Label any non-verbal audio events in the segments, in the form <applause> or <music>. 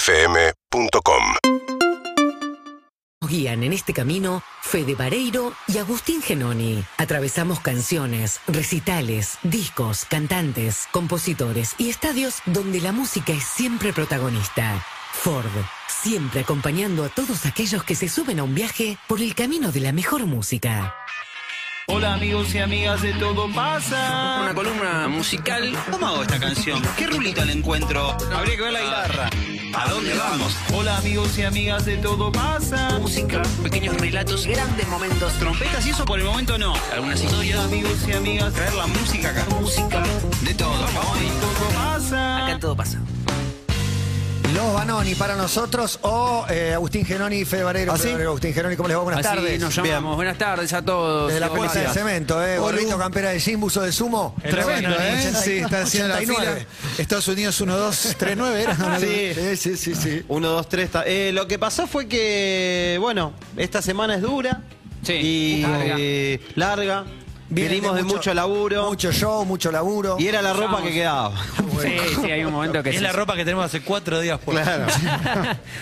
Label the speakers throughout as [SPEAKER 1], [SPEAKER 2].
[SPEAKER 1] UrbanaPlayFM.com
[SPEAKER 2] Nos guían en este camino Fede Vareiro y Agustín Genoni. Atravesamos canciones, recitales, discos, cantantes, compositores y estadios donde la música es siempre protagonista. Ford, siempre acompañando a todos aquellos que se suben a un viaje por el camino de la mejor música.
[SPEAKER 3] Hola amigos y amigas de Todo Pasa.
[SPEAKER 4] Una columna musical. ¿Cómo hago esta canción? ¿Qué rulito le encuentro? Habría que ver la guitarra. ¿A dónde vamos?
[SPEAKER 3] Hola amigos y amigas de Todo Pasa.
[SPEAKER 4] Música, pequeños relatos, grandes momentos. Trompetas y eso por el momento no. Algunas historias.
[SPEAKER 3] Amigos y amigas,
[SPEAKER 4] Traer la música acá. Música. De todo. Hoy,
[SPEAKER 3] Todo Pasa.
[SPEAKER 4] acá todo pasa.
[SPEAKER 5] Los Banoni para nosotros o eh, Agustín Genoni y Fede Varero. Fede Varero, Agustín Genoni, ¿cómo les va? Buenas
[SPEAKER 6] Así
[SPEAKER 5] tardes.
[SPEAKER 6] nos llamamos. Buenas tardes a todos.
[SPEAKER 5] Desde la
[SPEAKER 6] Hola.
[SPEAKER 5] cuenta de cemento, ¿eh? Gorrito, campera de gym, buzo de sumo.
[SPEAKER 7] Tremendo,
[SPEAKER 5] Bueno,
[SPEAKER 7] ¿eh?
[SPEAKER 5] 80,
[SPEAKER 7] Sí, está haciendo la
[SPEAKER 5] 89.
[SPEAKER 7] fila. Estados Unidos 1239 era.
[SPEAKER 8] Sí.
[SPEAKER 5] <laughs> Sí, sí, sí, sí.
[SPEAKER 8] 1, 2, 3. Eh, lo que pasó fue que, bueno, esta semana es dura.
[SPEAKER 6] Sí,
[SPEAKER 8] Y
[SPEAKER 6] larga.
[SPEAKER 8] eh, larga.
[SPEAKER 5] Vienen
[SPEAKER 8] Venimos de mucho, laburo.
[SPEAKER 5] Mucho show, mucho laburo.
[SPEAKER 8] Y era la ropa que quedaba.
[SPEAKER 5] <laughs>
[SPEAKER 6] Sí, sí, hay un momento que
[SPEAKER 7] Es
[SPEAKER 6] sí.
[SPEAKER 7] la ropa que tenemos hace cuatro días por
[SPEAKER 5] <laughs>
[SPEAKER 8] Claro.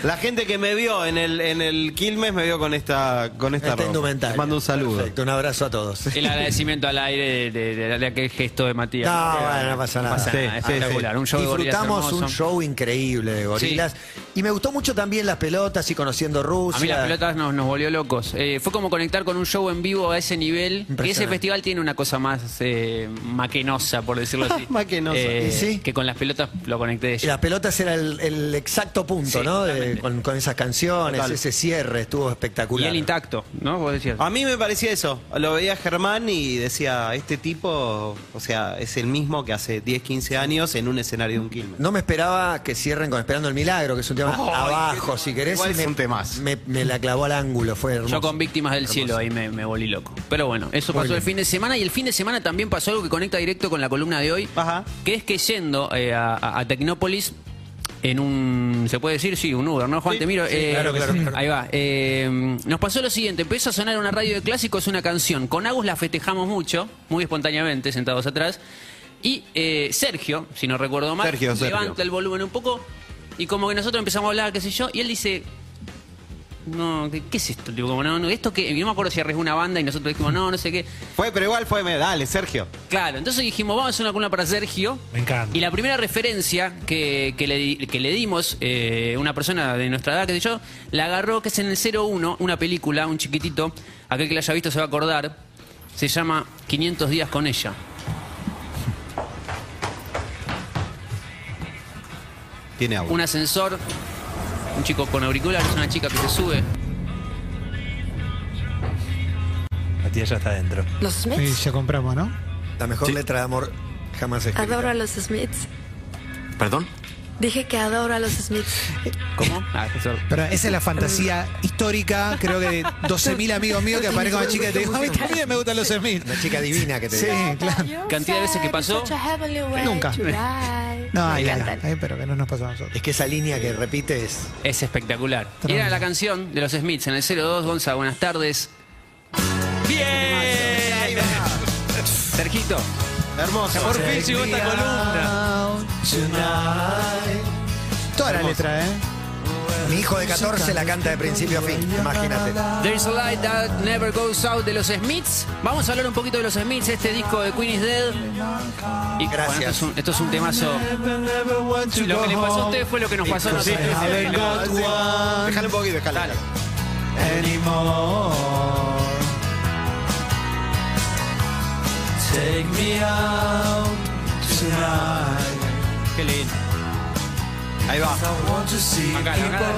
[SPEAKER 8] la gente que me vio en el, en el Quilmes me vio con esta, con esta
[SPEAKER 5] Está
[SPEAKER 8] ropa.
[SPEAKER 5] indumentaria.
[SPEAKER 8] Les mando un saludo.
[SPEAKER 5] Perfecto, un abrazo a todos.
[SPEAKER 7] <laughs>
[SPEAKER 6] El agradecimiento al aire de, de- de- de aquel gesto de Matías.
[SPEAKER 5] No,
[SPEAKER 6] Que-
[SPEAKER 5] bueno, no pasa nada. Ah,
[SPEAKER 6] pasa nada,
[SPEAKER 8] Sí,
[SPEAKER 6] es
[SPEAKER 8] sí,
[SPEAKER 6] espectacular.
[SPEAKER 8] sí.
[SPEAKER 6] Un show de gorilas
[SPEAKER 5] Disfrutamos
[SPEAKER 6] hermoso.
[SPEAKER 5] un show increíble de gorilas. Y me gustó mucho también las pelotas y conociendo Rusia.
[SPEAKER 6] A mí las pelotas nos, nos volvió locos. Eh, fue como conectar con un show en vivo a ese nivel. Que ese
[SPEAKER 5] Impresionante.
[SPEAKER 6] festival tiene una cosa más eh, maquenosa, por decirlo
[SPEAKER 5] <laughs>
[SPEAKER 6] así.
[SPEAKER 8] Maquenosa.
[SPEAKER 6] Eh,
[SPEAKER 5] ¿Y sí?
[SPEAKER 6] Que con las pelotas lo conecté de
[SPEAKER 5] Y Las pelotas era el, el exacto punto,
[SPEAKER 6] Sí,
[SPEAKER 5] ¿no? De-
[SPEAKER 6] totalmente.
[SPEAKER 5] con, con esas canciones,
[SPEAKER 8] Total.
[SPEAKER 5] ese cierre, estuvo
[SPEAKER 6] Y
[SPEAKER 5] espectacular.
[SPEAKER 6] él intacto, ¿no? Vos decías.
[SPEAKER 8] A mí me parecía eso. Lo veía Germán y decía, este tipo, o sea, es el mismo que hace 10, 15 años en un escenario de un Quilmes.
[SPEAKER 5] No me esperaba que cierren con Esperando el Milagro, que es un tema
[SPEAKER 8] Oh,
[SPEAKER 5] abajo,
[SPEAKER 8] qué-
[SPEAKER 5] si querés.
[SPEAKER 8] igual
[SPEAKER 5] y
[SPEAKER 8] es
[SPEAKER 5] me,
[SPEAKER 8] un temazo.
[SPEAKER 5] Me, me la clavó al ángulo, fue hermoso.
[SPEAKER 6] Yo con Víctimas del Cielo ahí me, me volví loco. Pero bueno, eso pasó el fin de semana y el fin de semana también pasó algo que conecta directo con la columna de hoy,
[SPEAKER 8] Ajá.
[SPEAKER 6] que es que yendo eh, a, a- a Tecnópolis en un, se puede decir, sí, un Uber, ¿no, Juan? te miro. Eh,
[SPEAKER 5] claro, claro, claro.
[SPEAKER 6] Ahí va. Eh, nos pasó lo siguiente, empezó a sonar en una radio de clásicos una canción. Con Agus la festejamos mucho, muy espontáneamente, sentados atrás. Y eh, Sergio, si no recuerdo mal,
[SPEAKER 8] Sergio, Sergio.
[SPEAKER 6] levanta el volumen un poco y como que nosotros empezamos a hablar, qué sé yo, y él dice, no, ¿qué, qué es esto? Tipo, como, no, no, esto que, y no me acuerdo si arriesgó una banda y nosotros dijimos, no, no sé qué.
[SPEAKER 8] Fue, pero igual fue, me- dale, Sergio.
[SPEAKER 6] Claro, entonces dijimos, vamos a hacer una columna para Sergio.
[SPEAKER 7] Me encanta.
[SPEAKER 6] Y la primera referencia que, que le, di- que le dimos, eh, una persona de nuestra edad, que sé yo, la agarró, que es en el 01, una película, un chiquitito, aquel que la haya visto se va a acordar, se llama 500 días con ella.
[SPEAKER 8] Tiene agua.
[SPEAKER 6] Un ascensor, un chico con auriculares, una chica que se sube.
[SPEAKER 7] Matías ya está adentro.
[SPEAKER 9] Los
[SPEAKER 7] Sí,
[SPEAKER 9] Smiths.
[SPEAKER 7] ya compramos, ¿no?
[SPEAKER 5] La mejor letra de amor jamás escrita.
[SPEAKER 9] Adoro a los Smiths.
[SPEAKER 4] ¿Perdón?
[SPEAKER 9] Dije que adoro a los Smiths.
[SPEAKER 6] <laughs> ¿Cómo? Ah, ascensor.
[SPEAKER 7] Pero esa es la fantasía histórica, creo que de 12.000 amigos míos que aparezca una chica y te digo, a mí también me gustan los 100.000.
[SPEAKER 5] Una chica divina que te
[SPEAKER 7] Sí, claro.
[SPEAKER 6] Cantidad de veces que pasó.
[SPEAKER 7] Nunca. No,
[SPEAKER 9] No,
[SPEAKER 7] ahí, ahí, ahí, pero que no nos pasó a nosotros.
[SPEAKER 5] Es que esa línea que repite es...
[SPEAKER 6] Es espectacular. Y Era la canción de los Smiths en el 02, Gonza, buenas tardes. ¡Bien! Sergito,
[SPEAKER 8] Hermoso.
[SPEAKER 6] por fin llegó esta columna.
[SPEAKER 7] Toda la letra, ¿eh?
[SPEAKER 5] Mi hijo de 14 la canta de principio a fin, imagínate.
[SPEAKER 6] There's a light that never goes out de los Smiths. Vamos a hablar un poquito de los Smiths, este disco de Queen is Dead. Y, bueno,
[SPEAKER 5] Gracias.
[SPEAKER 6] esto, es un, esto es un temazo. Lo que le pasó a usted fue lo que nos pasó a nosotros.
[SPEAKER 8] Déjale un poquito, déjale.
[SPEAKER 6] Dale.
[SPEAKER 7] Eh,
[SPEAKER 6] Qué lindo.
[SPEAKER 8] Ahí va.
[SPEAKER 6] Acá, acá.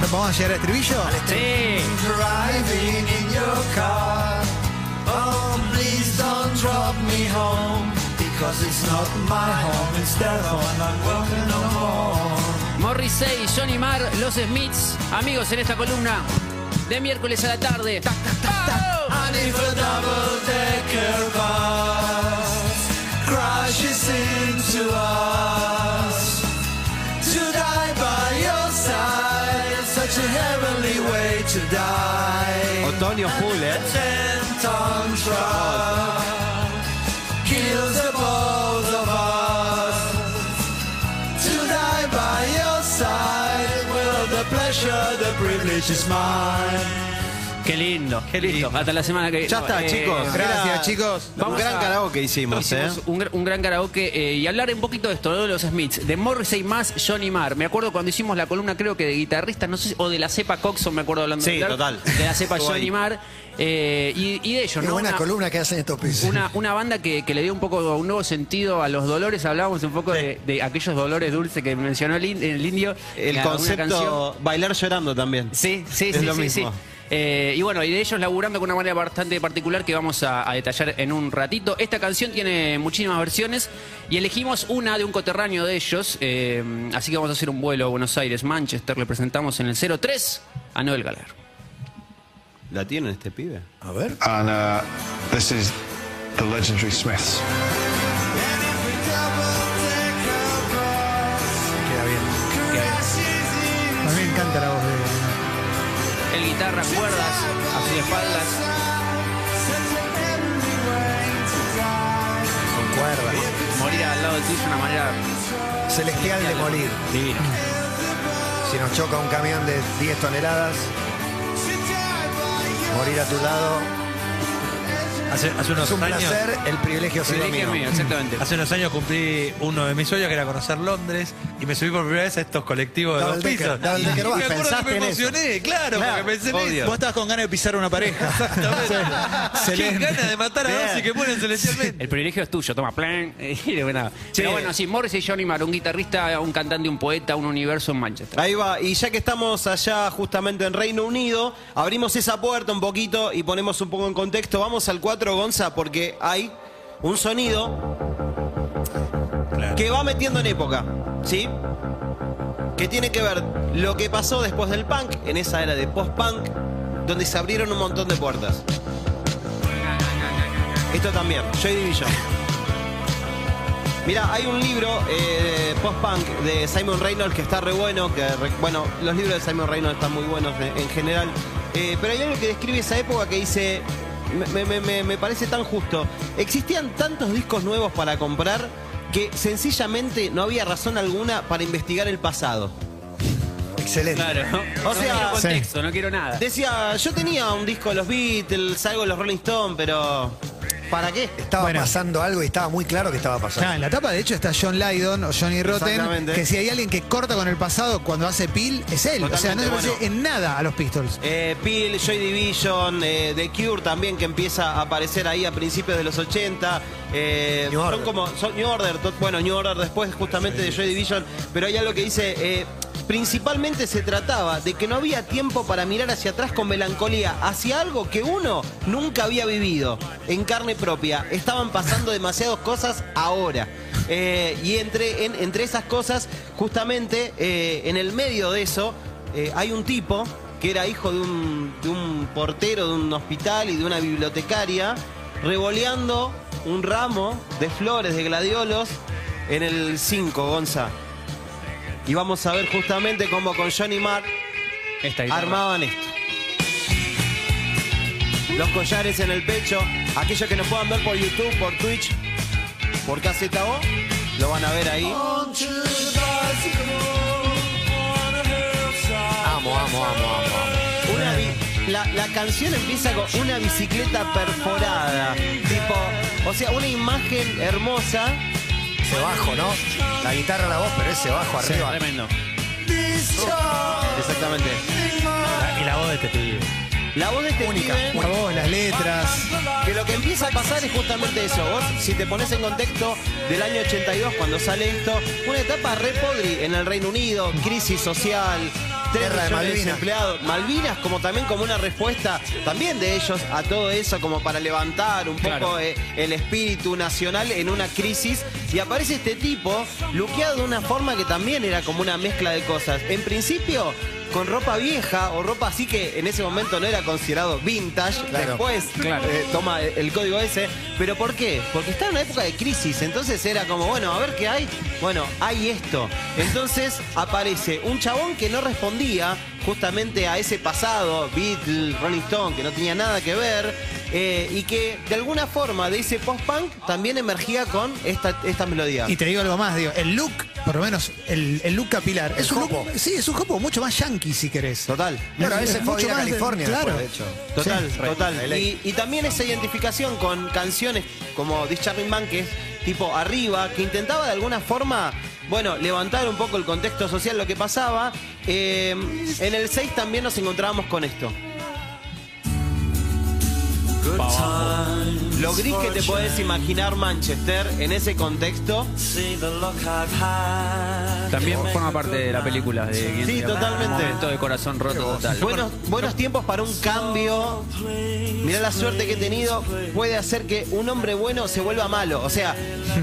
[SPEAKER 7] ¿Nos vamos a llegar al estribillo?
[SPEAKER 6] Sí.
[SPEAKER 5] Driving in your car. Oh, please don't drop me home. Because it's not my home, it's their home. I'm walking no more.
[SPEAKER 6] Morrissey, Johnny Marr, los Smiths, amigos en esta columna de miércoles a la tarde. ¡Vamos!
[SPEAKER 5] And if a double-decker bus crashes into us, to die by your side is such a heavenly way to die.
[SPEAKER 8] Otoño full, ¿eh?
[SPEAKER 5] Ten-ton truck kills the both of us.
[SPEAKER 10] pleasure, the privilege is mine.
[SPEAKER 6] Qué lindo.
[SPEAKER 8] Qué lindo.
[SPEAKER 6] Listo, Hasta la semana que viene.
[SPEAKER 8] Ya está,
[SPEAKER 6] Eh,
[SPEAKER 8] chicos.
[SPEAKER 7] Gracias, chicos.
[SPEAKER 8] Un gran karaoke hicimos, ¿eh?
[SPEAKER 6] Hicimos un, gr- un gran karaoke eh, y hablar un poquito de esto, de los Smiths, de Morrissey más Johnny Marr. Me acuerdo cuando hicimos la columna, creo que de guitarristas, no sé, si- o de la cepa Coxon, me acuerdo hablando
[SPEAKER 8] Sí,
[SPEAKER 6] de guitarra,
[SPEAKER 8] total.
[SPEAKER 6] De la
[SPEAKER 8] <laughs>
[SPEAKER 6] cepa
[SPEAKER 8] Estuvo ahí.
[SPEAKER 6] Johnny Marr eh, y, y de ellos,
[SPEAKER 11] Qué
[SPEAKER 6] ¿no?
[SPEAKER 11] buena
[SPEAKER 6] Una-
[SPEAKER 11] columna <laughs> que hacen estos pisos.
[SPEAKER 6] una, una banda que, que le dio un poco un nuevo sentido a los dolores. Hablábamos un poco de, de aquellos dolores dulces que mencionó el, in- el indio.
[SPEAKER 8] El
[SPEAKER 6] Una- una canción.
[SPEAKER 8] concepto bailar llorando también.
[SPEAKER 6] Sí, sí,
[SPEAKER 8] Es
[SPEAKER 6] sí,
[SPEAKER 8] lo
[SPEAKER 6] sí,
[SPEAKER 8] mismo.
[SPEAKER 6] sí. Eh, y bueno, y de ellos laburando con una manera bastante particular que vamos a, a detallar en un ratito. Esta canción tiene muchísimas versiones y elegimos una de un coterráneo de ellos. eh, así que vamos a hacer un vuelo a Buenos Aires, Manchester. Le presentamos en el 03 a Noel Gallagher.
[SPEAKER 8] ¿La tienen este pibe?
[SPEAKER 11] A ver.
[SPEAKER 10] And uh, this is the legendary Smiths.
[SPEAKER 11] Queda bien. A mí me encanta la voz de.
[SPEAKER 6] El guitarra, cuerdas a sus espaldas.
[SPEAKER 11] Con cuerda.
[SPEAKER 6] Morir al lado de ti es una manera
[SPEAKER 11] Celestial de morir.
[SPEAKER 6] divina.
[SPEAKER 11] Si nos choca un camión de 10 toneladas, morir a tu lado.
[SPEAKER 12] Hace, hace unos
[SPEAKER 11] Es un
[SPEAKER 12] años.
[SPEAKER 11] placer, el privilegio es
[SPEAKER 6] Privilegio
[SPEAKER 11] mío.
[SPEAKER 6] mío, exactamente.
[SPEAKER 12] Hace unos años cumplí uno de mis sueños que era conocer Londres y me subí por primera vez a estos colectivos de
[SPEAKER 11] Double
[SPEAKER 12] dos
[SPEAKER 11] decker,
[SPEAKER 12] pisos.
[SPEAKER 11] double decker
[SPEAKER 12] Y
[SPEAKER 11] bus,
[SPEAKER 12] me acuerdo que
[SPEAKER 11] pensaste en
[SPEAKER 12] me
[SPEAKER 11] eso.
[SPEAKER 12] emocioné, claro,
[SPEAKER 8] Claro,
[SPEAKER 12] porque pensé en
[SPEAKER 8] obvio.
[SPEAKER 12] eso.
[SPEAKER 7] Vos estabas con ganas de pisar una pareja.
[SPEAKER 12] Qué
[SPEAKER 7] Excelente.
[SPEAKER 12] ganas de matar a dos y que mueren celestialmente.
[SPEAKER 6] El privilegio es tuyo, toma plan. <laughs> Y de nada.
[SPEAKER 12] Sí.
[SPEAKER 6] Pero bueno, sí, Morris y Johnny Marr, un guitarrista, un cantante, un poeta, un universo en Manchester.
[SPEAKER 8] Ahí va, y ya que estamos allá justamente en Reino Unido, abrimos esa puerta un poquito y ponemos un poco en contexto. Vamos al 4, Gonza, porque hay un sonido que va metiendo en época, ¿sí? Que tiene que ver lo que pasó después del punk, en esa era de post-punk, donde se abrieron un montón de puertas. Esto también, Joy Division. Mira, hay un libro eh, post-punk de Simon Reynolds que está re bueno, que re- bueno, los libros de Simon Reynolds están muy buenos en, en general, eh, pero hay algo que describe esa época que dice, me, me- me- me parece tan justo, existían tantos discos nuevos para comprar que sencillamente no había razón alguna para investigar el pasado.
[SPEAKER 11] Excelente.
[SPEAKER 6] Claro.
[SPEAKER 8] <laughs> O sea,
[SPEAKER 6] no quiero
[SPEAKER 8] sí.
[SPEAKER 6] contexto, no quiero nada.
[SPEAKER 8] Decía, yo tenía un disco de los Beatles, algo de los Rolling Stones, pero ¿para qué?
[SPEAKER 11] Estaba pasando algo y estaba muy claro que estaba
[SPEAKER 7] Ah,
[SPEAKER 11] pasando.
[SPEAKER 7] en la tapa, de hecho, está John Lydon o Johnny Rotten.
[SPEAKER 8] Exactamente.
[SPEAKER 7] Que si hay alguien que corta con el pasado cuando hace Peel, es él. o sea, no se
[SPEAKER 8] Totalmente,
[SPEAKER 7] parece
[SPEAKER 8] bueno.
[SPEAKER 7] en nada a los Pistols.
[SPEAKER 8] Eh, Peel, Joy Division, eh, The Cure también que empieza a aparecer ahí a principios de los 80. eh,
[SPEAKER 11] New
[SPEAKER 8] son
[SPEAKER 11] Order.
[SPEAKER 8] como son New Order, to- bueno, New Order después justamente de Joy Division, pero hay algo que dice, eh, principalmente se trataba de que no había tiempo para mirar hacia atrás con melancolía, hacia algo que uno nunca había vivido en carne propia. Estaban pasando demasiadas cosas ahora. Eh, y entre, en- entre esas cosas, justamente eh, en el medio de eso, eh, hay un tipo que era hijo de un, de un portero de un hospital y de una bibliotecaria, revoleando un ramo de flores, de gladiolos, en el 5, Gonza. Y vamos a ver justamente cómo con Johnny Marr
[SPEAKER 6] Esta guitarra.
[SPEAKER 8] armaban esto. Los collares en el pecho, aquellos que nos puedan ver por YouTube, por Twitch, por KZO, lo van a ver ahí.
[SPEAKER 11] Amo, amo, amo, amo.
[SPEAKER 8] Una bi- la, la canción empieza con una bicicleta perforada. Tipo, o sea, una imagen hermosa.
[SPEAKER 11] Ese bajo, ¿no? La guitarra, la voz, pero ese bajo arriba.
[SPEAKER 6] Tremendo.
[SPEAKER 8] Exactamente.
[SPEAKER 12] Y la voz de este pibe.
[SPEAKER 8] La voz de este pibe,
[SPEAKER 7] La voz, las letras.
[SPEAKER 8] que lo que empieza a pasar es justamente eso. Vos, si te pones en contexto del año 82, cuando sale esto, una etapa re podri en el Reino Unido, crisis social, tres
[SPEAKER 11] Guerra de
[SPEAKER 8] millones
[SPEAKER 11] Malvinas.
[SPEAKER 8] desempleados. Malvinas como también como una respuesta también de ellos a todo eso, como para levantar un poco
[SPEAKER 6] Claro.
[SPEAKER 8] eh, el espíritu nacional en una crisis. Y aparece este tipo, luqueado de una forma que también era como una mezcla de cosas. En principio, con ropa vieja o ropa así que en ese momento no era considerado vintage.
[SPEAKER 11] Claro.
[SPEAKER 8] Después
[SPEAKER 6] Claro.
[SPEAKER 8] eh, toma el código ese. ¿Pero por qué? Porque estaba en una época de crisis. Entonces era como, bueno, a ver qué hay. Bueno, hay esto. Entonces aparece un chabón que no respondía justamente a ese pasado, Beatle, Rolling Stone, que no tenía nada que ver. eh, y que de alguna forma de ese post-punk también emergía con esta, esta melodía.
[SPEAKER 7] Y te digo algo más, digo, el look por lo menos el, el look capilar. Es, un look, sí, es un copo mucho más yankee si querés.
[SPEAKER 8] Total.
[SPEAKER 7] Bueno,
[SPEAKER 8] Bueno,
[SPEAKER 7] a veces fue a ir a
[SPEAKER 8] California
[SPEAKER 7] California después, de hecho.
[SPEAKER 8] hecho. Total,
[SPEAKER 7] Sí.
[SPEAKER 8] total. Y, y también esa identificación con canciones como This Charming Man, que es tipo arriba, que intentaba de alguna forma, bueno, levantar un poco el contexto social, lo que pasaba. Eh, en el 6 también nos encontrábamos con esto. Pa' abajo. Lo gris que te podés imaginar Manchester en ese contexto.
[SPEAKER 6] También forma parte de la película. De Guilty
[SPEAKER 8] Sí,
[SPEAKER 6] Pleasure.
[SPEAKER 8] totalmente.
[SPEAKER 6] Momento de corazón roto total.
[SPEAKER 8] Buenos, buenos tiempos para un cambio. Mirá la suerte que he tenido. Puede hacer que un hombre bueno se vuelva malo. O sea,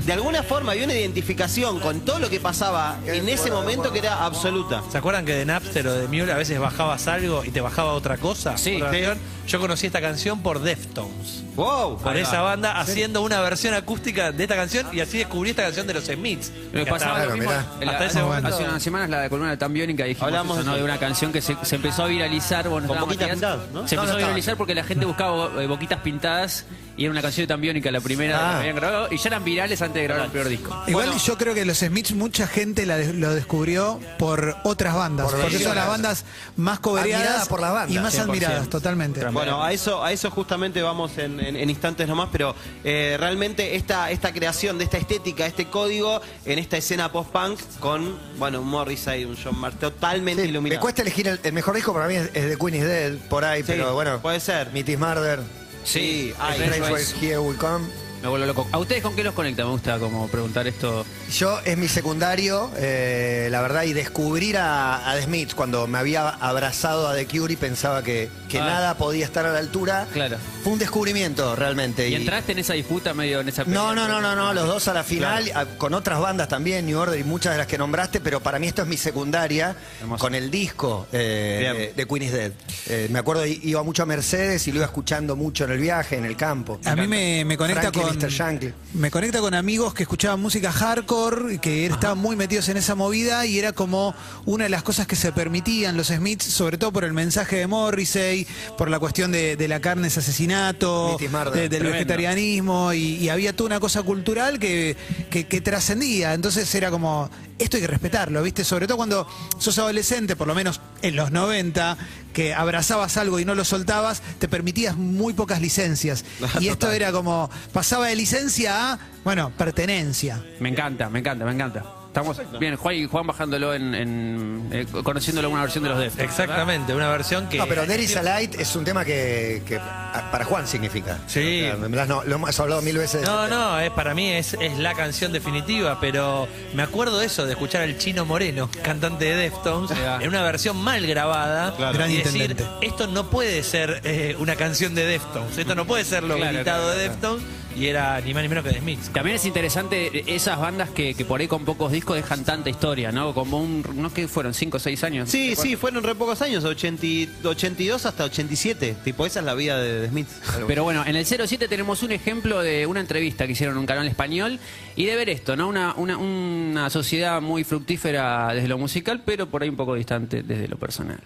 [SPEAKER 8] de alguna forma había una identificación con todo lo que pasaba en ese momento que era absoluta.
[SPEAKER 12] ¿Se acuerdan que de Napster o de Mule a veces bajabas algo y te bajaba otra cosa?
[SPEAKER 8] Sí.
[SPEAKER 12] Otra versión? Yo conocí esta canción por Deftones.
[SPEAKER 8] Wow.
[SPEAKER 12] Por esa banda haciendo una versión acústica de esta canción y así descubrí esta canción de los Smiths.
[SPEAKER 6] Me
[SPEAKER 12] Que
[SPEAKER 6] pasaba
[SPEAKER 12] hasta-
[SPEAKER 6] lo mismo.
[SPEAKER 12] hasta
[SPEAKER 6] En la-
[SPEAKER 12] ese momento-
[SPEAKER 6] Hace unas semanas la de columna de Tambiónica dijimos
[SPEAKER 12] Hablamos
[SPEAKER 6] eso, ¿no?
[SPEAKER 12] de-
[SPEAKER 6] de una canción que se, se empezó a viralizar. vos no
[SPEAKER 8] Con
[SPEAKER 6] estabas,
[SPEAKER 8] Boquitas
[SPEAKER 6] Matías.
[SPEAKER 8] Pintadas, ¿no?
[SPEAKER 6] Se
[SPEAKER 8] No,
[SPEAKER 6] empezó
[SPEAKER 8] no
[SPEAKER 6] a
[SPEAKER 8] estaba.
[SPEAKER 6] viralizar porque la gente buscaba eh, boquitas pintadas y era una canción de Tambiónica la primera que habían grabado y ya eran virales antes de grabar el peor disco.
[SPEAKER 7] Igual yo creo que los Smiths mucha gente la des- lo descubrió por otras bandas,
[SPEAKER 8] Por
[SPEAKER 7] porque son las
[SPEAKER 8] versiones.
[SPEAKER 7] bandas más cobereadas
[SPEAKER 8] Admiradas por las bandas.
[SPEAKER 7] y más
[SPEAKER 8] 100%.
[SPEAKER 7] admiradas, totalmente.
[SPEAKER 8] Bueno, a eso, a eso justamente vamos en, en- en instantes nomás, pero eh, realmente esta, esta creación de esta estética, este código, en esta escena post-punk, con, bueno, un Morrissey, un John Martel totalmente
[SPEAKER 5] Me
[SPEAKER 8] iluminado.
[SPEAKER 5] cuesta elegir el, el mejor disco para mí es, es de Queen is Dead, por ahí,
[SPEAKER 8] Sí,
[SPEAKER 5] pero bueno.
[SPEAKER 8] Puede ser.
[SPEAKER 5] Mitty Murder.
[SPEAKER 8] Sí,
[SPEAKER 5] hay.
[SPEAKER 6] Strange Ways.
[SPEAKER 5] Here We Come.
[SPEAKER 6] Ah, Me vuelvo loco. ¿A ustedes con qué los conecta? Me gusta como preguntar esto.
[SPEAKER 5] Yo es mi secundario, eh, la verdad, y descubrir a, a The Smiths cuando me había abrazado a The Cure y pensaba que, que
[SPEAKER 6] Ah.
[SPEAKER 5] nada podía estar a la altura.
[SPEAKER 6] Claro.
[SPEAKER 5] Fue un descubrimiento realmente.
[SPEAKER 6] ¿Y
[SPEAKER 5] y-
[SPEAKER 6] entraste en esa disputa medio en esa
[SPEAKER 5] No,
[SPEAKER 6] pelea?
[SPEAKER 5] no, no, no, no, los dos a la final, a- con otras bandas también, New Order y muchas de las que nombraste, pero para mí esto es mi secundaria, con el disco eh,
[SPEAKER 7] Bien.
[SPEAKER 5] de- de Queen is Dead. Eh, me acuerdo, i- iba mucho a Mercedes y lo iba escuchando mucho en el viaje, en el campo.
[SPEAKER 7] A mí me, me conecta
[SPEAKER 5] Frankie,
[SPEAKER 7] con
[SPEAKER 5] Mr. Yankee.
[SPEAKER 7] me conecta con amigos que escuchaban música hardcore y que estaban muy metidos en esa movida y era como una de las cosas que se permitían los Smiths, sobre todo por el mensaje de Morrissey, por la cuestión de, de la carne es asesinato,
[SPEAKER 5] Mitty Marder.
[SPEAKER 7] de- del
[SPEAKER 5] Tremendo.
[SPEAKER 7] vegetarianismo y, y había toda una cosa cultural que, que- que trascendía. Entonces era como esto hay que respetarlo, ¿viste? Sobre todo cuando sos adolescente, por lo menos en los 90, que abrazabas algo y no lo soltabas, te permitías muy pocas
[SPEAKER 12] <laughs>
[SPEAKER 7] licencias. Y esto era como, pasaba de licencia a, bueno, pertenencia.
[SPEAKER 6] Me encanta, me encanta, me encanta. Estamos bien, Juan y Juan bajándolo en, en, eh, conociéndolo una versión de los Deftones.
[SPEAKER 12] Exactamente, una versión que.
[SPEAKER 5] No, pero There is a Light es un tema que, que a- para Juan significa. Sí. no, lo hemos hablado mil veces.
[SPEAKER 12] No, no, es, para mí es, es la canción definitiva, pero me acuerdo eso de escuchar al Chino Moreno, cantante de Deftones, en una versión mal grabada
[SPEAKER 7] Claro. Gran
[SPEAKER 12] y decir,
[SPEAKER 7] intendente.
[SPEAKER 12] esto no puede ser eh, una canción de Deftones, esto no puede ser lo
[SPEAKER 6] Claro,
[SPEAKER 12] gritado
[SPEAKER 6] claro,
[SPEAKER 12] de
[SPEAKER 6] claro.
[SPEAKER 12] Deftones, y era ni más ni menos que de Smiths.
[SPEAKER 6] También es interesante esas bandas que, que por ahí con pocos discos dejan tanta historia, ¿no? Como un, no que fueron 5 o 6 años.
[SPEAKER 8] Sí,
[SPEAKER 6] ¿Cuánto?
[SPEAKER 8] sí, fueron re pocos años, 80 y- 82 hasta 87. Tipo, esa es la vida de, de Smith.
[SPEAKER 6] Pero bueno, en el 07 tenemos un ejemplo de una entrevista que hicieron en un canal español y de ver esto, ¿no? Una, una, una sociedad muy fructífera desde lo musical, pero por ahí un poco distante desde lo personal.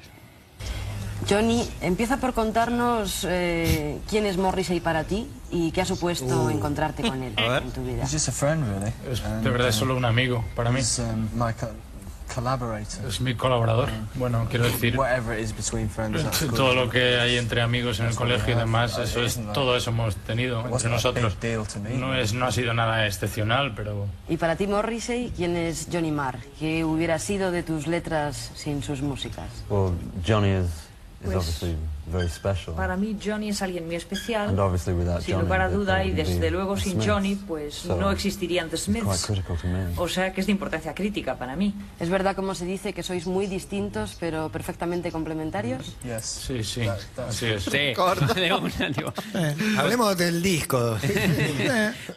[SPEAKER 13] Johnny, empieza por contarnos eh, quién es Morrissey para ti y qué ha supuesto encontrarte con él en tu vida.
[SPEAKER 14] De verdad es solo un amigo para mí.
[SPEAKER 15] He's,
[SPEAKER 14] Es mi colaborador. Bueno, quiero decir, todo lo que hay entre amigos en el colegio y demás, eso es todo eso hemos tenido entre nosotros. No es, no ha sido nada excepcional, pero
[SPEAKER 13] Y para ti, Morrissey, ¿quién es Johnny Marr? ¿Qué hubiera sido de tus letras sin sus músicas?
[SPEAKER 16] Well, Johnny is, is
[SPEAKER 9] Pues,
[SPEAKER 16] obviously very special.
[SPEAKER 9] Para mí Johnny es alguien muy
[SPEAKER 16] And
[SPEAKER 9] especial.
[SPEAKER 16] obviously without
[SPEAKER 9] Sin
[SPEAKER 16] Johnny,
[SPEAKER 9] lugar a
[SPEAKER 16] there
[SPEAKER 9] duda y
[SPEAKER 16] wouldn't be
[SPEAKER 9] desde luego
[SPEAKER 16] the
[SPEAKER 9] sin
[SPEAKER 16] Smiths.
[SPEAKER 9] Johnny pues
[SPEAKER 16] So,
[SPEAKER 9] no existirían The
[SPEAKER 16] Quite
[SPEAKER 9] Smiths.
[SPEAKER 16] critical to me.
[SPEAKER 9] O sea que es de importancia crítica para mí.
[SPEAKER 13] ¿Es verdad, como se dice, que sois muy distintos pero perfectamente complementarios?
[SPEAKER 14] sí, sí, así es.
[SPEAKER 6] Sí, <laughs> de una, digo.
[SPEAKER 5] Eh. Hablemos del disco.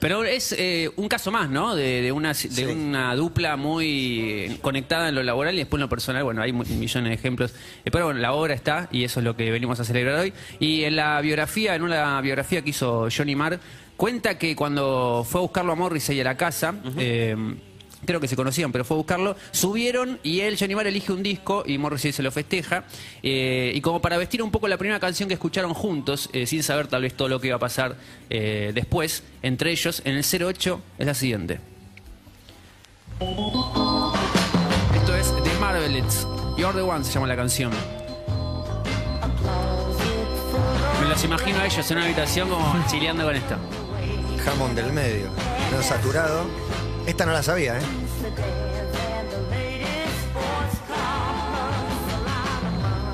[SPEAKER 6] Pero es eh, un caso más, ¿no? De, de una, de una dupla muy conectada en lo laboral y después en lo personal. Bueno, hay mu- millones de ejemplos. Eh, pero bueno, la obra está y eso es lo que venimos a celebrar hoy. Y en la biografía, en una biografía que hizo Johnny Marr, cuenta que cuando fue a buscarlo a Morrissey a la casa, eh, creo que se conocían, pero fue a buscarlo, subieron y él, Johnny Marr, elige un disco y Morrissey se lo festeja. Eh, y como para vestir un poco la primera canción que escucharon juntos, eh, sin saber tal vez todo lo que iba a pasar eh, después, entre ellos, en el 08 es la siguiente.
[SPEAKER 11] Morrissey.
[SPEAKER 6] Pilots. You're the One se llama la canción. Me los imagino a ellos en una habitación como chileando con esto.
[SPEAKER 5] Jamón del medio. Medio saturado. Esta no la sabía, ¿eh?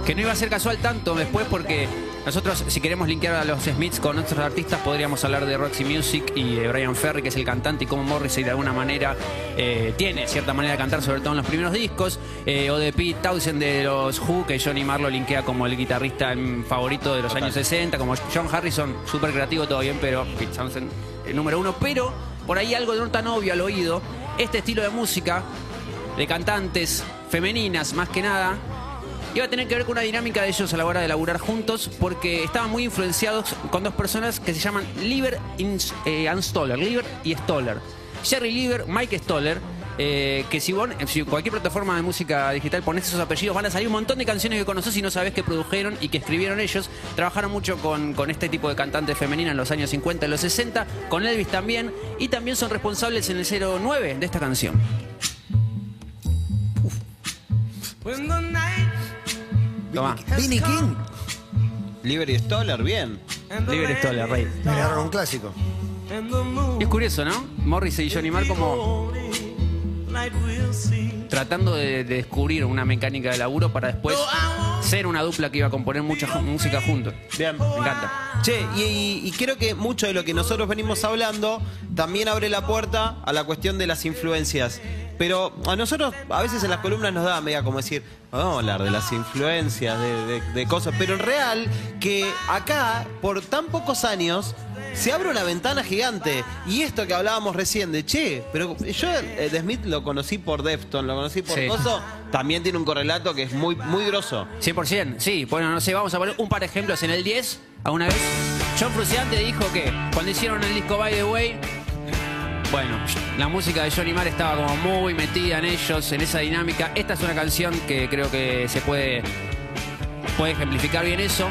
[SPEAKER 6] Que no iba a ser casual tanto después porque nosotros, si queremos linkear a los Smiths con otros artistas, podríamos hablar de Roxy Music y eh, Brian Ferry, que es el cantante, y cómo Morrissey de alguna manera eh, tiene cierta manera de cantar, sobre todo en los primeros discos. Eh, o de Pete Townsend de los Who, que Johnny Marlo linkea como el guitarrista mm, favorito de los años 60, como John Harrison, súper creativo, todo bien, pero Pete Townsend, el número uno. Pero por ahí algo no tan obvio al oído, este estilo de música, de cantantes femeninas más que nada, iba a tener que ver con una dinámica de ellos a la hora de laburar juntos, porque estaban muy influenciados con dos personas que se llaman Lieber ins- eh, and Stoller, Lieber y Stoller. Jerry Lieber, Mike Stoller. eh, que si vos, en si cualquier plataforma de música digital pones esos apellidos, van a salir un montón de canciones que conoces y no sabés que produjeron y que escribieron ellos. Trabajaron mucho con, con este tipo de cantantes femeninas en los años 50 y los 60, con Elvis también, y también son responsables en el 09 de esta canción.
[SPEAKER 11] When the night
[SPEAKER 6] Tomá.
[SPEAKER 11] Vinny King.
[SPEAKER 4] Liberty Stoller, bien.
[SPEAKER 6] Liberty Stoller, rey.
[SPEAKER 5] Mira, un clásico.
[SPEAKER 11] and the
[SPEAKER 6] Y es curioso, ¿no? Morrissey y Johnny Marr como
[SPEAKER 11] moonlight will see.
[SPEAKER 6] tratando de, de descubrir una mecánica de laburo para después ser una dupla que iba a componer mucha ju- música juntos.
[SPEAKER 8] Bien.
[SPEAKER 6] Me encanta.
[SPEAKER 8] Che, y, y- y creo que mucho de lo que nosotros venimos hablando también abre la puerta a la cuestión de las influencias. Pero a nosotros a veces en las columnas nos da media como decir, vamos a hablar de las influencias, de, de- de cosas. Pero en real, que acá, por tan pocos años, se abre una ventana gigante. Y esto que hablábamos recién de, che, pero yo eh, de Smith lo conocí por Defton, lo conocí por
[SPEAKER 6] Sí.
[SPEAKER 8] Coso, también tiene un correlato que es muy, muy grosso.
[SPEAKER 6] 100%, sí. Bueno, no sé, vamos a poner un par de ejemplos. En el 10, a una vez, John Fruciante dijo que cuando hicieron el disco By the Way, bueno, la música de Johnny Marr estaba como muy metida en ellos, en esa dinámica. Esta es una canción que creo que se puede puede ejemplificar bien eso.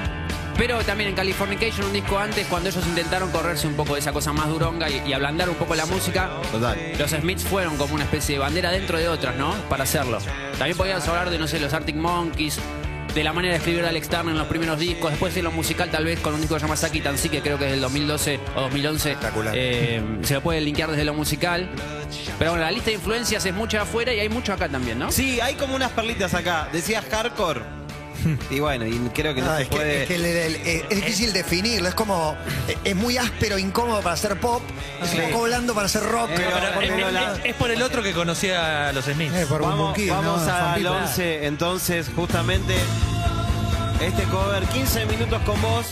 [SPEAKER 6] Pero también en Californication, un disco antes, cuando ellos intentaron correrse un poco de esa cosa más duronga y, y ablandar un poco la música, los Smiths fueron como una especie de bandera dentro de otras, ¿no? Para hacerlo. También podíamos hablar de, no sé, los Arctic Monkeys, de la manera de escribir de Alex Turner en los primeros discos, después de lo musical tal vez con un disco que se llama Saki Tansi, que creo que es del 2012 o 2011. Eh, se lo puede linkear desde lo musical. Pero bueno, la lista de influencias es mucha afuera y hay mucho acá también, ¿no?
[SPEAKER 8] Sí, hay como unas perlitas acá. Decías
[SPEAKER 5] <laughs>
[SPEAKER 8] hardcore. Y bueno, y creo que no,
[SPEAKER 5] Ah,
[SPEAKER 8] se
[SPEAKER 5] es,
[SPEAKER 8] puede.
[SPEAKER 5] que, es, que el- el- el- es difícil definirlo, es como. eh, Es muy áspero, incómodo para hacer pop, es un poco blando para hacer rock.
[SPEAKER 8] Eh,
[SPEAKER 12] Pero, pero, es, es- es por el otro que conocía a los Smiths.
[SPEAKER 8] vamos vamos al 11, entonces, justamente. Este cover, 15 minutos con vos.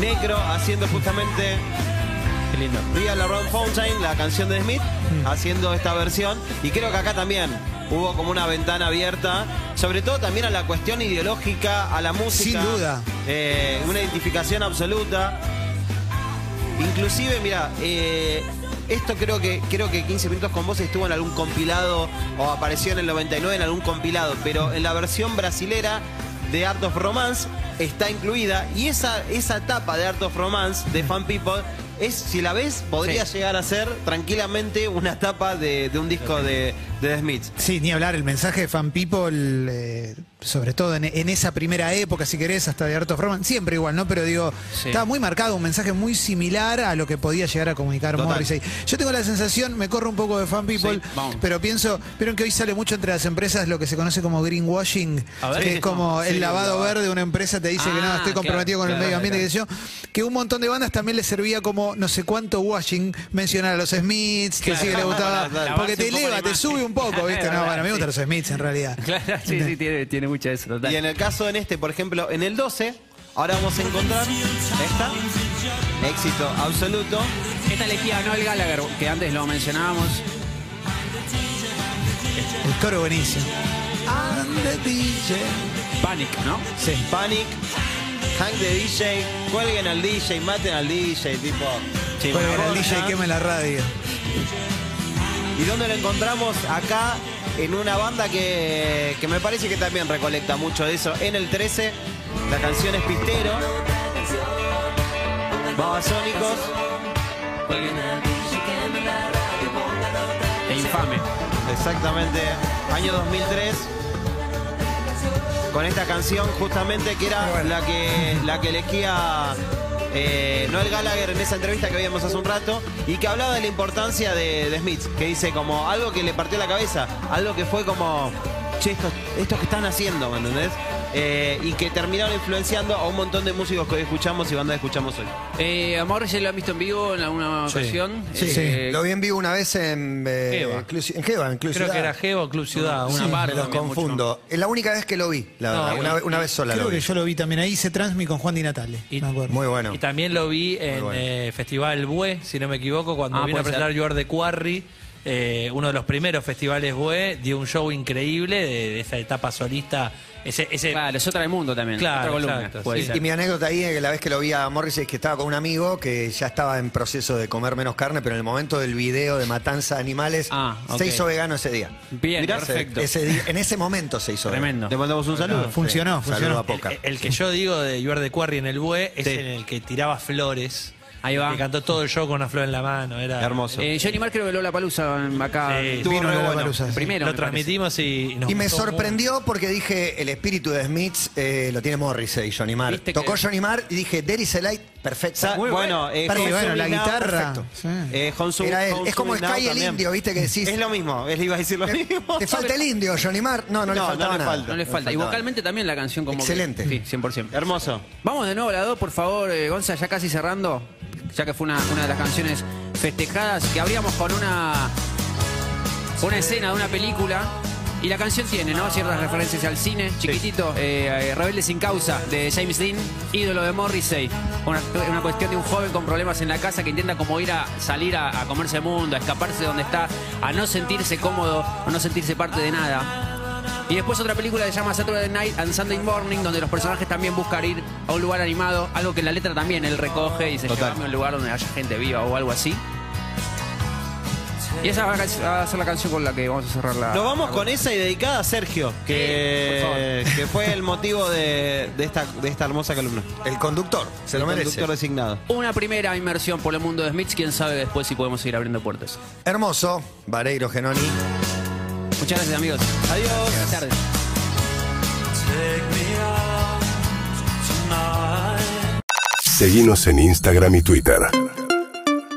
[SPEAKER 8] Necro haciendo justamente.
[SPEAKER 6] lindo.
[SPEAKER 8] Real Around Fountain, la canción de Smith, haciendo esta versión. Y creo que acá también hubo como una ventana abierta. Sobre todo también a la cuestión ideológica, a la música.
[SPEAKER 7] Sin duda.
[SPEAKER 8] Eh, una identificación absoluta. Inclusive, mira, eh, esto creo que creo que 15 minutos con vos estuvo en algún compilado o apareció en el 99 en algún compilado, pero en la versión brasilera de Art of Romance está incluida y esa esa etapa de Art of Romance de Fan People es si la ves podría llegar a ser tranquilamente una etapa de, de un disco de, de The Smiths.
[SPEAKER 7] Sí, ni hablar, el mensaje de Fan People, eh, sobre todo en, en esa primera época, si querés, hasta de Art of Roman, siempre igual, ¿no? Pero digo,
[SPEAKER 6] Sí.
[SPEAKER 7] estaba muy marcado, un mensaje muy similar a lo que podía llegar a comunicar
[SPEAKER 6] Total.
[SPEAKER 7] Morrissey. Yo tengo la sensación, me corro un poco de Fan People,
[SPEAKER 6] Sí, vamos.
[SPEAKER 7] pero pienso, vieron que hoy sale mucho entre las empresas lo que se conoce como greenwashing,
[SPEAKER 6] A ver.
[SPEAKER 7] que
[SPEAKER 6] Sí,
[SPEAKER 7] es como
[SPEAKER 6] sí,
[SPEAKER 7] el lavado
[SPEAKER 6] no.
[SPEAKER 7] verde, una empresa te dice que
[SPEAKER 6] Ah,
[SPEAKER 7] no, estoy comprometido
[SPEAKER 6] claro,
[SPEAKER 7] con el
[SPEAKER 6] claro,
[SPEAKER 7] medio ambiente,
[SPEAKER 6] claro.
[SPEAKER 7] que yo, que un montón de bandas también les servía como no sé cuánto washing, mencionar a los Smiths, que
[SPEAKER 6] Claro.
[SPEAKER 7] sí que le gustaba,
[SPEAKER 6] Lavarse
[SPEAKER 7] porque
[SPEAKER 6] un
[SPEAKER 7] te
[SPEAKER 6] poco la
[SPEAKER 7] eleva, te
[SPEAKER 6] imagen.
[SPEAKER 7] sube un
[SPEAKER 6] <laughs>
[SPEAKER 7] poco, ¿viste?
[SPEAKER 6] Es
[SPEAKER 7] No,
[SPEAKER 6] verdad,
[SPEAKER 7] bueno, a mí me gustan los
[SPEAKER 6] sí.
[SPEAKER 7] Smiths en realidad.
[SPEAKER 6] Claro, <laughs> sí, sí, tiene, tiene mucha de eso, total.
[SPEAKER 8] Y en el caso en este, por ejemplo, en el 12, ahora vamos a encontrar esta éxito absoluto.
[SPEAKER 6] Esta elegía Noel Gallagher, que antes lo mencionábamos.
[SPEAKER 7] El coro buenísimo.
[SPEAKER 6] Panic, ¿no?
[SPEAKER 7] Sí.
[SPEAKER 8] Panic, Hank de DJ, cuelguen al DJ, maten al DJ, tipo. che,
[SPEAKER 7] Bueno,
[SPEAKER 8] una
[SPEAKER 7] el
[SPEAKER 8] bronca.
[SPEAKER 7] DJ quema la radio.
[SPEAKER 8] ¿Y dónde lo encontramos? Acá, en una banda que, que me parece que también recolecta mucho de eso. En el 13, la canción es Pistero. Babasónicos.
[SPEAKER 6] El E infame.
[SPEAKER 8] Exactamente, año 2003. Con esta canción justamente que era la que la que elegía eh, Noel Gallagher en esa entrevista que veíamos hace un rato y que hablaba de la importancia de, de Smith, que dice como algo que le partió la cabeza, algo que fue como, che, estos, estos que están haciendo, ¿me entendés? Eh, y que terminaron influenciando a un montón de músicos que hoy escuchamos y bandas que escuchamos hoy.
[SPEAKER 6] Eh, Amor, ¿se lo han visto en vivo en alguna ocasión?
[SPEAKER 5] Sí,
[SPEAKER 6] Eh,
[SPEAKER 5] Lo vi en vivo una vez en eh,
[SPEAKER 6] Geva.
[SPEAKER 5] Club Ci- en Geva, en Club
[SPEAKER 12] Creo
[SPEAKER 5] Ciudad.
[SPEAKER 12] que era Geva o Club Ciudad, una
[SPEAKER 5] Sí,
[SPEAKER 12] parte
[SPEAKER 5] me los
[SPEAKER 12] también mucho.
[SPEAKER 5] confundo. Es la única vez que lo vi, la
[SPEAKER 12] No,
[SPEAKER 5] verdad. una,
[SPEAKER 12] y-
[SPEAKER 5] una vez sola
[SPEAKER 7] Creo
[SPEAKER 5] lo
[SPEAKER 7] que
[SPEAKER 5] vi.
[SPEAKER 7] yo lo vi también ahí, hice transmi con Juan Di Natale. me acuerdo.
[SPEAKER 5] Muy bueno.
[SPEAKER 12] Y también lo vi en
[SPEAKER 5] bueno.
[SPEAKER 12] eh, Festival Bue, si no me equivoco, cuando
[SPEAKER 6] Ah,
[SPEAKER 12] vino a
[SPEAKER 6] puede
[SPEAKER 12] presentar
[SPEAKER 6] ser.
[SPEAKER 12] You Are de Quarry. eh, uno de los primeros festivales Bue dio un show increíble de, de esa etapa solista. Ese, ese,
[SPEAKER 6] Claro, es otra del mundo también.
[SPEAKER 12] Claro,
[SPEAKER 6] otra columna.
[SPEAKER 12] exacto,
[SPEAKER 6] puede
[SPEAKER 5] Y,
[SPEAKER 6] ser.
[SPEAKER 5] y mi anécdota ahí es que la vez que lo vi a Morris es que estaba con un amigo que ya estaba en proceso de comer menos carne, pero en el momento del video de matanza de animales
[SPEAKER 6] Ah, ok.
[SPEAKER 5] se hizo vegano ese día.
[SPEAKER 6] Bien,
[SPEAKER 5] Mirá,
[SPEAKER 6] perfecto.
[SPEAKER 5] ese día- en ese momento se hizo.
[SPEAKER 6] Tremendo.
[SPEAKER 8] Le mandamos un
[SPEAKER 5] Ah,
[SPEAKER 8] saludo.
[SPEAKER 7] Funcionó,
[SPEAKER 5] Sí,
[SPEAKER 7] funcionó.
[SPEAKER 5] Saludo a Poca.
[SPEAKER 12] El, Eh, el que yo digo de You Are de Quarry en el Bue es en el que tiraba flores.
[SPEAKER 6] Ahí va.
[SPEAKER 12] Que cantó todo el show con una flor en la mano. Era
[SPEAKER 8] Hermoso.
[SPEAKER 6] Eh, Johnny Marr creo que la palusa acá.
[SPEAKER 12] Sí,
[SPEAKER 6] Estuvo
[SPEAKER 12] vino
[SPEAKER 6] re
[SPEAKER 12] Lola
[SPEAKER 6] bueno.
[SPEAKER 12] Palusa, sí.
[SPEAKER 6] Primero.
[SPEAKER 12] Lo
[SPEAKER 6] me parece.
[SPEAKER 12] transmitimos y nos
[SPEAKER 5] Y me
[SPEAKER 12] gustó
[SPEAKER 5] sorprendió porque dije, el espíritu de Smiths eh, lo tiene Morrissey, Johnny Marr.
[SPEAKER 6] Viste
[SPEAKER 5] Tocó
[SPEAKER 6] que-
[SPEAKER 5] Johnny Marr y dije, There is a light, perfecto.
[SPEAKER 8] Sa-
[SPEAKER 5] Muy
[SPEAKER 8] bueno, eh,
[SPEAKER 5] Perfecto.
[SPEAKER 8] Home
[SPEAKER 7] bueno,
[SPEAKER 8] Sweet
[SPEAKER 7] la
[SPEAKER 8] Now,
[SPEAKER 7] guitarra.
[SPEAKER 8] perfecto.
[SPEAKER 7] Sí.
[SPEAKER 8] Eh, Home Sweet-
[SPEAKER 5] Era él.
[SPEAKER 8] Home
[SPEAKER 5] Es como
[SPEAKER 8] Sweet Now
[SPEAKER 5] Sky el
[SPEAKER 8] también.
[SPEAKER 5] indio, viste que decís,
[SPEAKER 8] Es lo mismo, es, iba a decir lo mismo.
[SPEAKER 5] te falta el indio, Johnny Marr. No, no, le
[SPEAKER 8] No,
[SPEAKER 5] faltaba
[SPEAKER 8] no le
[SPEAKER 5] nada.
[SPEAKER 8] falta.
[SPEAKER 6] No le falta. Y
[SPEAKER 5] faltaba.
[SPEAKER 6] vocalmente también la canción como que-
[SPEAKER 5] Excelente.
[SPEAKER 6] sí, 100%.
[SPEAKER 8] Hermoso.
[SPEAKER 6] Vamos de nuevo a la 2, por favor, eh, Gonza, ya casi cerrando, ya que fue una, una de las canciones festejadas, que abríamos con una, una escena de una película. Y la canción tiene, ¿no? Ciertas referencias al cine, chiquitito, eh, eh, Rebelde sin causa, de James Dean, ídolo de Morrissey. Una, una cuestión de un joven con problemas en la casa que intenta como ir a salir a, a comerse el mundo, a escaparse de donde está, a no sentirse cómodo, a no sentirse parte de nada. Y después otra película que se llama Saturday Night and Sunday Morning, donde los personajes también buscan ir a un lugar animado, algo que en la letra también él recoge y se
[SPEAKER 8] Total.
[SPEAKER 6] lleva a un lugar donde haya gente viva o algo así. Y esa va a ca- va a ser la canción con la que vamos a cerrar
[SPEAKER 5] Ah,
[SPEAKER 6] la.
[SPEAKER 8] Nos vamos
[SPEAKER 6] la-
[SPEAKER 8] con esa y dedicada a Sergio, que, que fue el motivo de, de esta, de esta hermosa columna.
[SPEAKER 5] El conductor, se lo
[SPEAKER 8] el
[SPEAKER 5] merece.
[SPEAKER 8] conductor designado.
[SPEAKER 6] Una primera inmersión por el mundo de Smiths, quién sabe después si podemos ir abriendo puertas.
[SPEAKER 5] Hermoso, Vareiro Genoni.
[SPEAKER 6] Muchas gracias, amigos.
[SPEAKER 8] Adiós.
[SPEAKER 6] Buenas tardes.
[SPEAKER 10] Take me out tonight.
[SPEAKER 1] Seguinos en Instagram y Twitter.